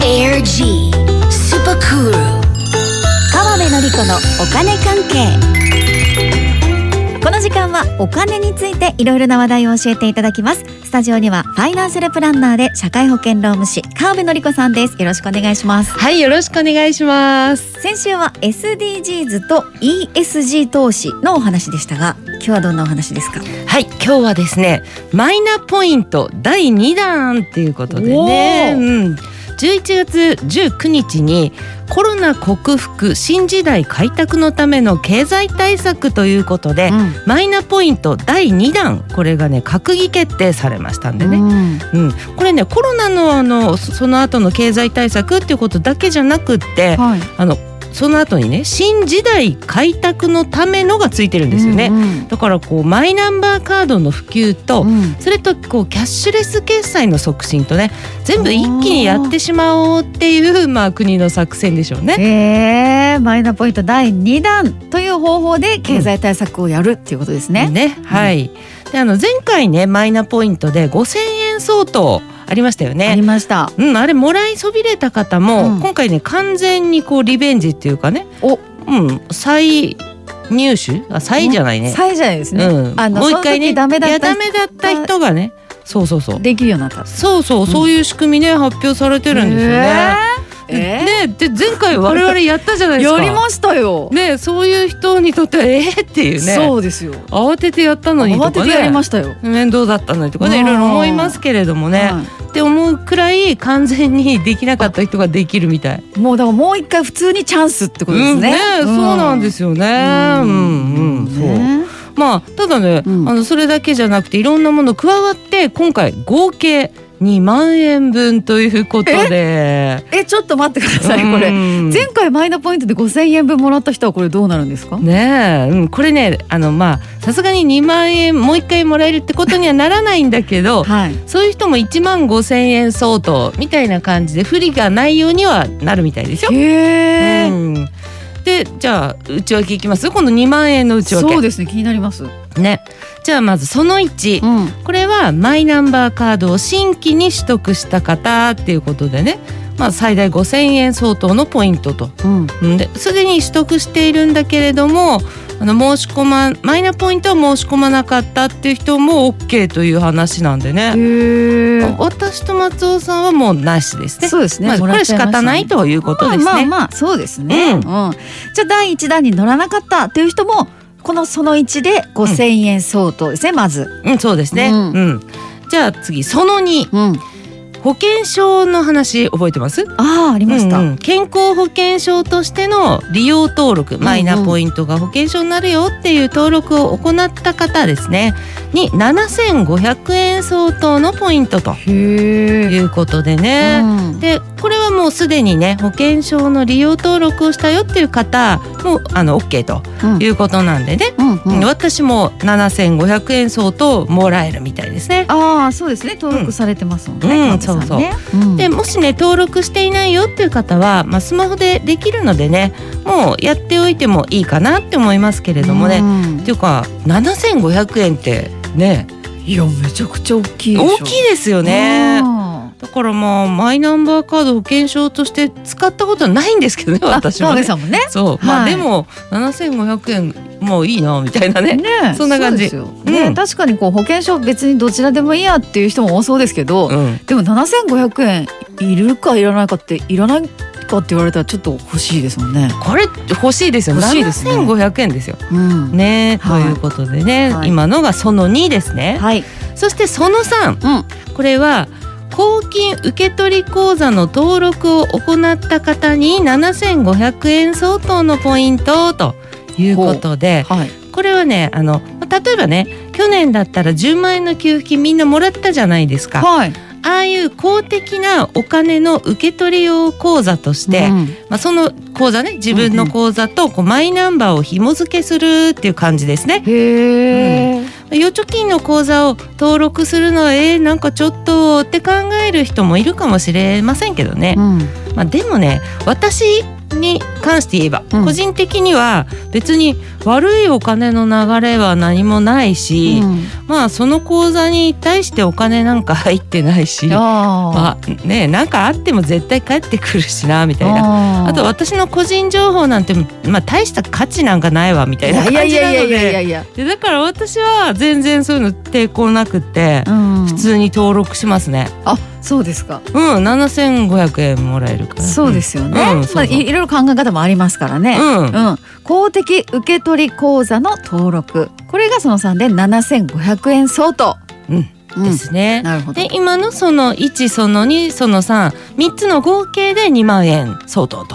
G スーパークール川辺典子のお金関係この時間はお金についていろいろな話題を教えていただきますスタジオにはファイナンシャルプランナーで社会保険労務士川辺典子さんですよろしくお願いしますはい、よろしくお願いします。先週は SDGs と ESG 投資のお話でしたが今日はどんなお話ですかはい、今日はですね、マイナポイント第2弾っていうことでね、おーうん、11月19日にコロナ克服新時代開拓のための経済対策ということで、マイナポイント第2弾これがね閣議決定されましたんでね、うんうん、これねコロナのあのそその後の経済対策っていうことだけじゃなくってはいあのその後にね新時代開拓のためのがついてるんですよね。うんだからこうマイナンバーカードの普及と、うんそれとこうキャッシュレス決済の促進とね全部一気にやってしまおうっていうまあ国の作戦でしょうね。えー、マイナポイント第2弾という方法で経済対策をやるっていうことですね。はい。であの前回ねマイナポイントで5000円相当ありましたよありね。ました。うん、あれもらいそびれた方も、うん今回ね完全にこうリベンジっていうかねおうん、再入手あ再じゃないね、再じゃないですね。うん、あのもう一回その時ねダメだったいやダメだった人がねそうそうそうできるようになった。そうそう、んそういう仕組みね発表されてるんですよね。えー。えーねで前回我々やったじゃないですやか。りましたよ。ねそういう人にとってはえー、っていうねそうですよ。慌ててやったのにと慌てかてやりねましたよ。面倒だったのにとかうねんいろいろ思いますけれどもね、はって思うくらい完全にできなかった人ができるみたい。いもうだからもう一回普通にチャンスってことですね。うんそうなんですよね。うんうん、そう。そう。まあただね、うんあのそれだけじゃなくていろんなもの加わって今回合計2万円分ということで。えちょっと待ってくださいこれ。うん前回マイナポイントで5000円分もらった人はこれどうなるんですか？ねえ、うん、これねあのまあさすがに2万円もう一回もらえるってことにはならないんだけど はい。そういう人も1万5千円相当みたいな感じで不利がないようにはなるみたいですよ。へうえ。んでじゃあ内訳いきますこの2万円の内訳そうですね気になります。ねじゃあまずその1、ん。これはマイナンバーカードを新規に取得した方っていうことでね、まあ、最大5,000円相当のポイントとうん。うんですでに取得しているんだけれどもあの申し込まマイナポイントは申し込まなかったっていう人も OK という話なんでね、へえ。私と松尾さんはもうなしですね。そうですね。まあ、もこられっはち仕ゃいました方ないということですね。まあまあまあそうですね。うんじゃあ第一弾に乗らなかったという人もこのその一で五千円相当ですね、まず。うん、そうですね、ううんんじゃあ次その2うん。保険証の話覚えてますああありました。うんうん健康保険証としての利用登録んマイナポイントが保険証になるよっていう登録を行った方ですねに7500円相当のポイントとへえ。いうことでね。でこれはもうすでにね保険証の利用登録をしたよっていう方もあの OK ということなんでね、うんうん私も7500円相当もらえるみたいですね。ああそうですね登録されてますもんね。うん神田さねんでもしね登録していないよっていう方は、まあ、スマホでできるのでねもうやっておいてもいいかなって思いますけれどもね。うんっていうか7500円ってねいやめちゃくちゃ大きいでしょ。大きいですよね。あだからまあマイナンバーカード保険証として使ったことはないんですけどねー。私はあ川辺ね。さんもね。そうまあはいでも7500円もういいなみたいなね。ねそんな感じそうですよねうん確かにこう保険証別にどちらでもいいやっていう人も多そうですけど、うん、でも7500円いるかいらないかっていらないかって言われたらちょっと欲しいですもんね。これ欲しいですよ欲しいですね7500円ですよ。うんねはいということでね、はい今のがその2ですね。はい、そしてその3、これは公金受取口座の登録を行った方に7500円相当のポイントということではい、これはねあのまあ例えばね去年だったら10万円の給付金みんなもらったじゃないですかあはい、あいう公的なお金の受取用口座として、うんまあ、その口座ね自分の口座とこうマイナンバーを紐付けするっていう感じですね。へえ、預貯金の口座を登録するのはえー、なんかちょっとって考える人もいるかもしれませんけどね、うん、まあ、でもね私に関して言えば、うん個人的には別に悪いお金の流れは何もないし、うんまあその口座に対してお金なんか入ってないし、あまあねなんかあっても絶対返ってくるしなみたいな。ああと私の個人情報なんて、まあ、大した価値なんかないわみたいな感じなのでいや、でだから私は全然そういうの抵抗なくって、うん、普通に登録しますねあそうですかうん7500円もらえるからそうですよね、うんまあそうそういいろいろ考え方もありますからね、うん、うん公的受取口座の登録これがその3で7500円相当、うんうんですね、なるほどで今のその1その2その33つの合計で2万円相当と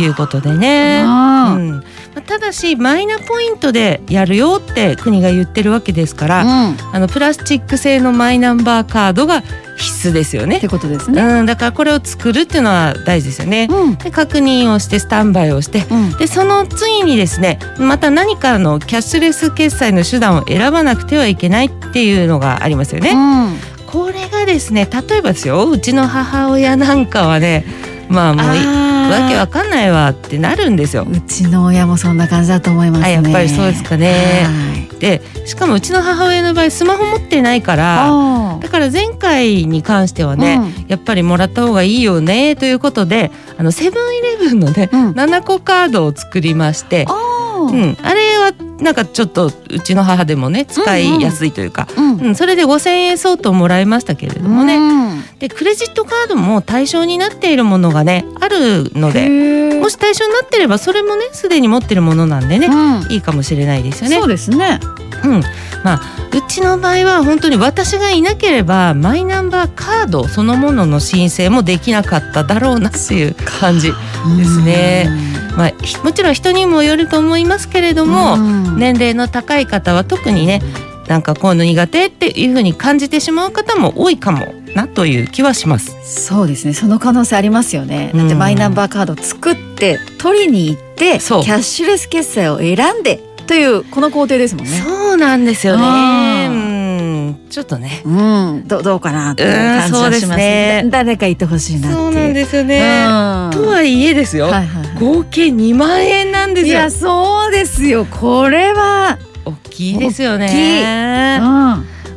いうことでね、うあんまあただしマイナポイントでやるよって国が言ってるわけですから、あうんあのプラスチック製のマイナンバーカードが必須ですよねっ。てことですね、うん、だからこれを作るっていうのは大事ですよね。うんで確認をしてスタンバイをしてうんでその次にですねまた何かのキャッシュレス決済の手段を選ばなくてはいけないっていうのがありますよね。うんこれがですね例えばですようちの母親なんかはねまあもういあーわけわかんないわってなるんですよ。うちの親もそんな感じだと思いますねあやっぱりそうですかねはいでしかもうちの母親の場合スマホ持ってないからあだから前回に関してはあね、やっぱりもらった方がいいよねということであのセブンイレブンのね、うんうん7個カードを作りましてあうーん、あれはなんかちょっとうちの母でもね使いやすいというか、うんうんそれで5,000円相当もらいましたけれどもね、うんでクレジットカードも対象になっているものがねあるのでへーもし対象になってればそれもねすでに持ってるものなんでね、うんいいかもしれないですよね。そうですねうん、まあうちの場合は本当に私がいなければマイナンバーカードそのものの申請もできなかっただろうなっていう感じ、ですねまあ、ひもちろん人にもよると思いますけれどうんも、うん年齢の高い方は特にねなんかこういうの苦手っていうふうに感じてしまう方も多いかもなという気はします。そうですねその可能性ありますよねだってうんマイナンバーカードを作って取りに行ってキそャうッシュレス決済を選んでというこの工程ですもんねそうなんですよねうんちょっとね。うんどどうかなっていう感じうんそうがですしますねだ誰かいてほしいなっていうそうなんですようね。んとはいえですよ、はいはいは合計2万円なんでいすいよや。そうですよこれは大きいですようね。ん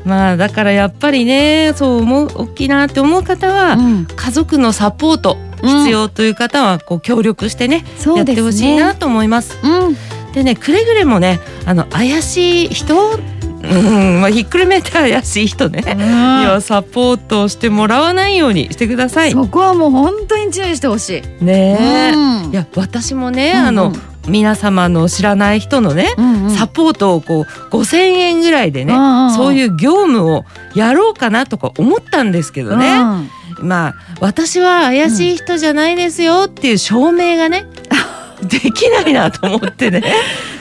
まあだからやっぱりねそう思う大きいなって思う方は、うん 家族のサポート必要という方はこう協力してね、そやうっでてほすしいなねと思います。うんでねくれぐれもねあの怪しい人、うんまあ、ひっくるめて怪しい人ね、にはサポートをしてもらわないようにしてください。そこはもう本当に注意してほしいねうんいや私もね、うんうんあの皆様の知らない人のね、うんうんサポートをこう5,000円ぐらいでね、そうういう業務をやろうかなとか思ったんですけどのね、まあ私は怪しい人じゃないですよっていう証明がね、できないなと思ってね。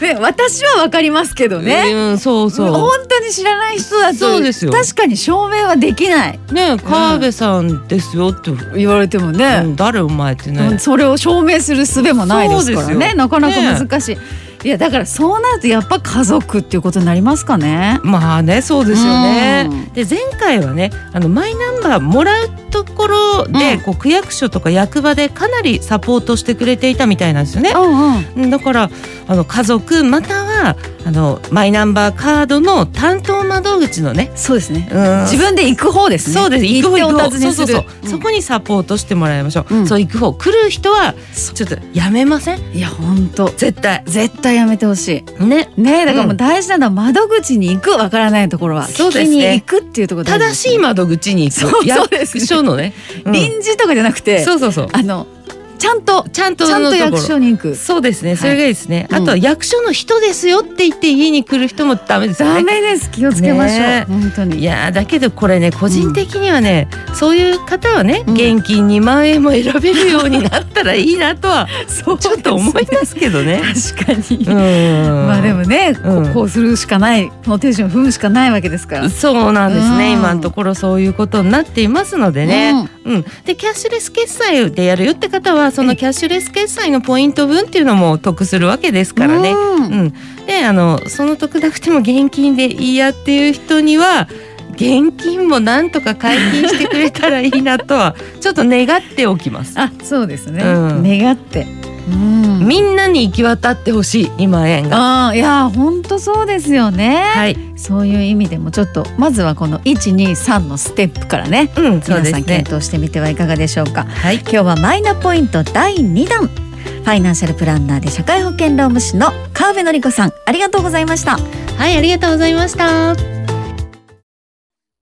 ね、私はわかりますけどね。 うん、そうそ本当に知らない人だとそうですよ。確かに証明はできないうね川辺さんですよって、言われてもうね、ん誰お前ってね。それを証明する術もないですかそらうですねよなかなか難しい、いやだからそうなるとやっぱ家族っていうことになりますかね。まあねそうですよねうん。で前回はねあのマイナンバーもらうところで、うんこう区役所とか役場でかなりサポートしてくれていたみたいなんですよね。うんうん、うんだからあの家族またはあのマイナンバーカードの担当窓口のね、そうですね、うん自分で行く方ですね。そうです行く行方ってお行く方尋ねすそうるそうそう、そこにサポートしてもらいましょう、うんそう行く方来る人はちょっとやめませんうんいや本当絶対絶対やめてほしねい。ねだからもう大事なのは窓口に行くわからないところは、そう聞できすにね行くっていうところ大事で正すねしい窓口に行くそうそうですね役所のね、うん臨時とかじゃなくて、そうそうそうあのちゃんとちゃんとちゃんのととこ役ろ所に行く。そうですねそれがいいですね、はいあとは役所の人ですよって言って家に来る人もダメですよダねメです気をつけましょう、ね本当にいやーだけどこれね個人的にはね、そういう方はね、うん現金2万円も選べるようになったらいいなと はそうちょっと思いますけどね。す確かに、 うんまあでもね、こうんこうするしかないこの手順を踏むしかないわけですからそうなんですね、うん今のところそういうことになっていますのでね、うんでキャッシュレス決済でやるよって方はそのキャッシュレス決済のポイント分っていうのも得するわけですからね、ううんんであのその得なくても現金でいいやっていう人には現金もなんとか解禁してくれたらいいなとはちょっと願っておきます。あそうですね、うん願ってうん、みんなに行き渡ってほしい今円が。あーいや本当そうですよね、はい、そういう意味でもちょっとまずはこの123のステップからねうん、そう皆ですさんね。検討してみてはいかがでしょうかはい、今日はマイナポイント第2弾ファイナンシャルプランナーで社会保険労務士の川辺典子さんありがとうございましたはい、ありがとうございました。